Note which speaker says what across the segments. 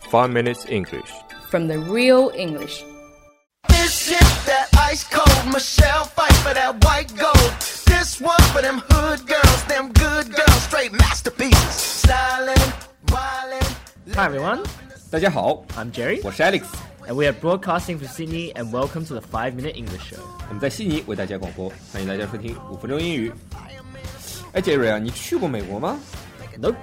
Speaker 1: 5 Minutes English.
Speaker 2: from the real English.
Speaker 3: This is that ice cold Michelle fight for that white gold. This one for them hood girls, them good girls, straight masterpieces. Stylin', wildin'.
Speaker 4: Hi everyone,
Speaker 5: 大家好，
Speaker 4: I'm Jerry,
Speaker 5: 我是 Alex，
Speaker 4: and we are broadcasting from Sydney, and welcome to the 5 Minute English Show.
Speaker 5: 我们在悉尼为大家广播，欢迎大家收听五分钟英语。哎，杰瑞啊，你去过美国吗？
Speaker 4: Nope,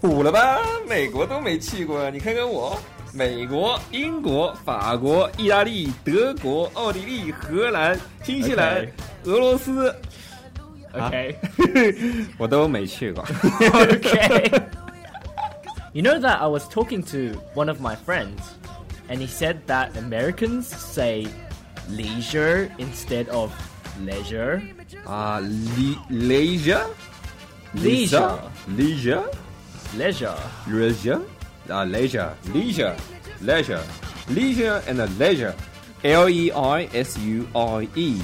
Speaker 5: 土了吧，美国都没去过，你看看我，美国、英国、法国、意大利、德国、奥地利、荷兰、新西兰、
Speaker 4: Okay
Speaker 5: 俄罗斯，
Speaker 4: okay.
Speaker 5: 我都没去 过。
Speaker 4: okay. You know that I was talking to one of my friends, and he said that Americans say leisure instead of leisure.
Speaker 5: 啊，leisure，
Speaker 4: Leisure.
Speaker 5: leisure，leisure。
Speaker 4: Leisure.
Speaker 5: leisure 啊 leisure leisure leisure leisure and leisure L E I S U I E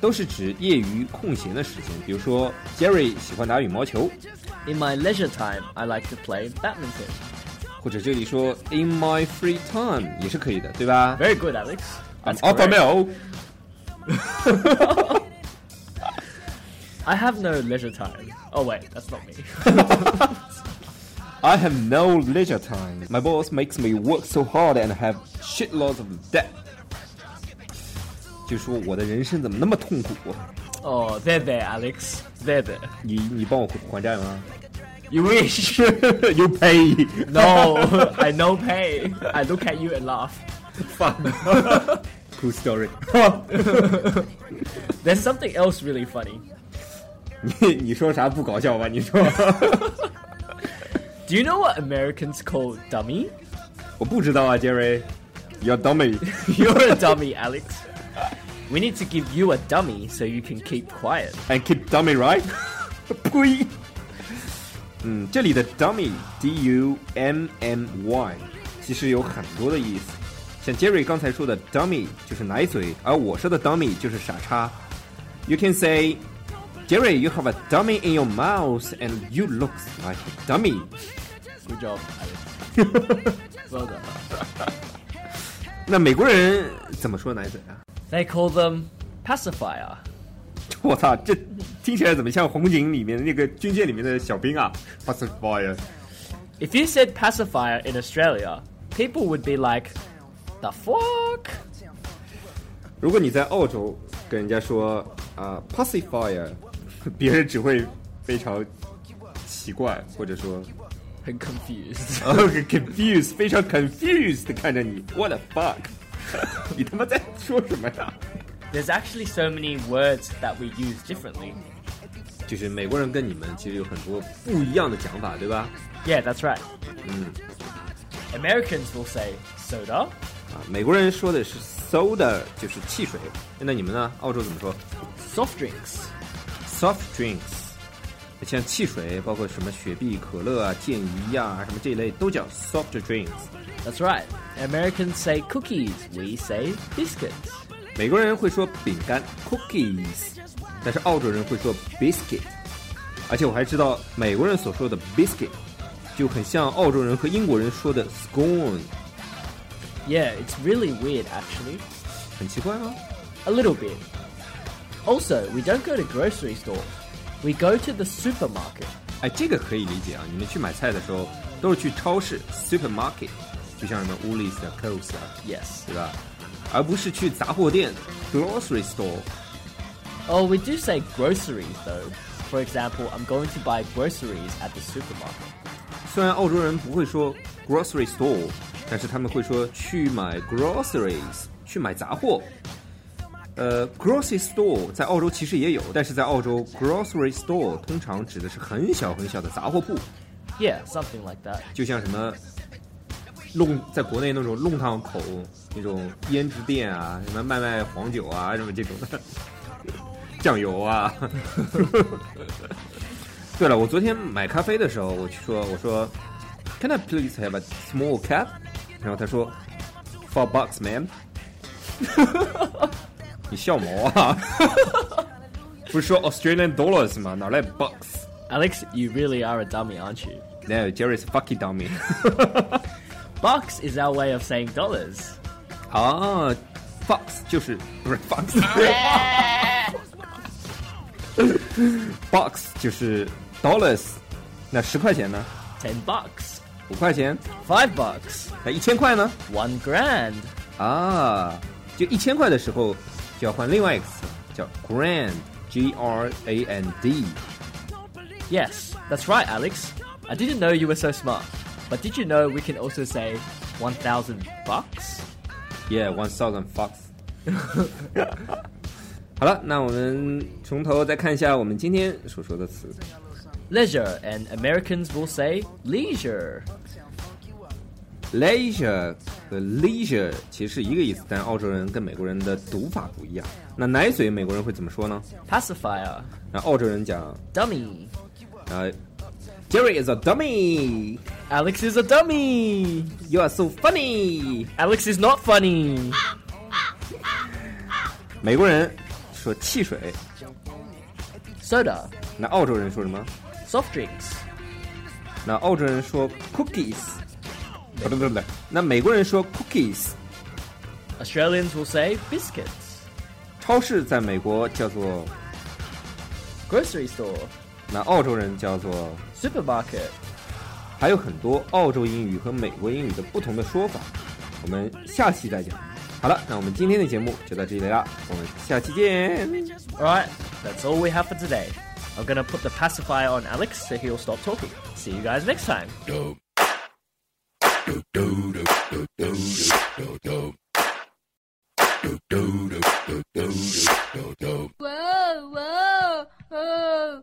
Speaker 5: 都是指业余空闲的时间，比如说 Jerry 喜欢打羽毛球，
Speaker 4: In my leisure time, I like to play badminton.
Speaker 5: 或者这里说 in my free time 也是可以的，对吧
Speaker 4: Very good, Alex.
Speaker 5: ？I'm
Speaker 4: That's
Speaker 5: off a
Speaker 4: correct.
Speaker 5: mail。
Speaker 4: I have no leisure time. Oh wait, that's not me.
Speaker 5: I have no leisure time. My boss makes me work so hard and have shitloads of debt. 就说我的人生怎么那么痛苦、啊？
Speaker 4: Oh, there, there, Alex. There, there.
Speaker 5: 你你帮我还还债吗？
Speaker 4: You wish.
Speaker 5: you pay.
Speaker 4: no, I no pay. I look at you and laugh.
Speaker 5: Cool story
Speaker 4: There's something else really funny.
Speaker 5: 你。你说啥不搞笑吧？你说，
Speaker 4: Do you know what Americans call dummy?
Speaker 5: 我不知道啊，Jerry。You're dummy.
Speaker 4: You're a dummy, Alex. We need to give you a dummy so you can keep quiet.
Speaker 5: And keep dummy right. 呸。嗯，这里的 dummy d u m m y 其实有很多的意思。像 Jerry 刚才说的 dummy 就是奶嘴，而我说的 dummy 就是傻叉。You can say. Jerry, you have a dummy in your mouth and you look like a dummy.
Speaker 4: Good job, Alex. well done.
Speaker 5: 那美国人怎么说奶嘴啊？
Speaker 4: They call them pacifier.
Speaker 5: 我操，这听起来怎么像红警里面的那个军舰里面的小兵啊？Pacifier，
Speaker 4: If you said pacifier in Australia, people would be like, the fuck?
Speaker 5: 如果你在澳洲跟人家说啊、pacifier，别 人只会非常奇怪，或者说 呃
Speaker 4: I'm confused.
Speaker 5: confused，非常 confused 的看着你，what the fuck，你他妈在说什么呀？
Speaker 4: There's actually so many words that we use differently.
Speaker 5: 就是美国人跟你们其实有很多不一样的讲法，对吧？
Speaker 4: Yeah, that's right. Americans will say soda.
Speaker 5: 啊，美国人说的是 soda，就是汽水，哎那你们呢？澳洲怎么说？
Speaker 4: soft drinks.
Speaker 5: soft drinks，像汽水，包括什么雪碧、可乐啊、健怡呀、什么这一类，都叫 soft drinks。
Speaker 4: That's right. Americans say cookies, we say biscuits.
Speaker 5: 美国人会说饼干 cookies，但是澳洲人会说 biscuit。而且我还知道，美国人所说的 biscuit 就很像澳洲人和英国人说的 scone，
Speaker 4: Yeah, it's really weird actually.
Speaker 5: 很奇怪哦吗？
Speaker 4: A little bit. Also, we don't go to grocery stores. We go to the supermarket.
Speaker 5: 哎，这个可以理解啊。你们去买菜的时候都是去超市 supermarket，就像什么 Woolies 啊、Coles 啊，
Speaker 4: Yes.
Speaker 5: 对吧？而不是去杂货店 grocery store。
Speaker 4: Oh, we do say groceries though. For example, I'm going to buy groceries at the supermarket.
Speaker 5: 虽然澳洲人不会说 grocery store，但是他们会说去买 groceries，去买杂货。呃，grocery store 在澳洲其实也有，但是在澳洲 grocery store 通常指的是很小很小的杂货铺，
Speaker 4: Yeah, something like that.
Speaker 5: 就像什么弄在国内那种弄堂口那种胭脂店啊，什么卖卖黄酒啊，什么这种的 酱油啊。 对了，我昨天买咖啡的时候，我去说我说，Can I please have a small cup？然后他说，Four bucks, man。你 笑毛啊？不是说 Australian dollars 吗？哪来 bucks？
Speaker 4: Alex, you really are a dummy, aren't you?
Speaker 5: No, Jerry's fucking dummy.
Speaker 4: Bucks is our way of saying dollars.
Speaker 5: 啊，Fox 就是不是 Fox，Box 就是 dollars，那十块钱呢？
Speaker 4: Ten bucks,
Speaker 5: 五块钱？
Speaker 4: five bucks,
Speaker 5: 那一千块呢？
Speaker 4: one grand.
Speaker 5: 啊，就一千块的时候就要换另外一个词，叫 grand，G R A N D。
Speaker 4: Yes, that's right, Alex. I didn't know you were so smart. But did you know we can also say one thousand bucks?
Speaker 5: Yeah, one thousand fox 好了，那我们从头再看一下我们今天所说的词。
Speaker 4: Leisure, and Americans will say leisure.
Speaker 5: leisure 和 leisure 其实是一个意思，但澳洲人跟美国人的读法不一样。那奶嘴美国人会怎么说呢？
Speaker 4: Pacifier,
Speaker 5: 那澳洲人讲，
Speaker 4: dummy.
Speaker 5: 呃，Jerry is a dummy,
Speaker 4: Alex is a dummy.
Speaker 5: you are so funny。
Speaker 4: Alex is not funny.
Speaker 5: 美国人说汽水，
Speaker 4: Soda,
Speaker 5: 那澳洲人说什么？
Speaker 4: soft drinks.
Speaker 5: 那澳洲人说 cookies，不对不对不对，那美国人说 cookies。
Speaker 4: Australians will say biscuits.
Speaker 5: 超市在美国叫做，
Speaker 4: Grocery store,
Speaker 5: 那澳洲人叫做，
Speaker 4: supermarket.
Speaker 5: 还有很多澳洲英语和美国英语的不同的说法，我们下期再讲。好了，那我们今天的节目就到这里啦，我们下期见。
Speaker 4: Alright, that's all we have for today. I'm gonna put the pacifier on Alex so he'll stop talking. See you guys next time.
Speaker 1: Whoa, whoa, oh. whoa.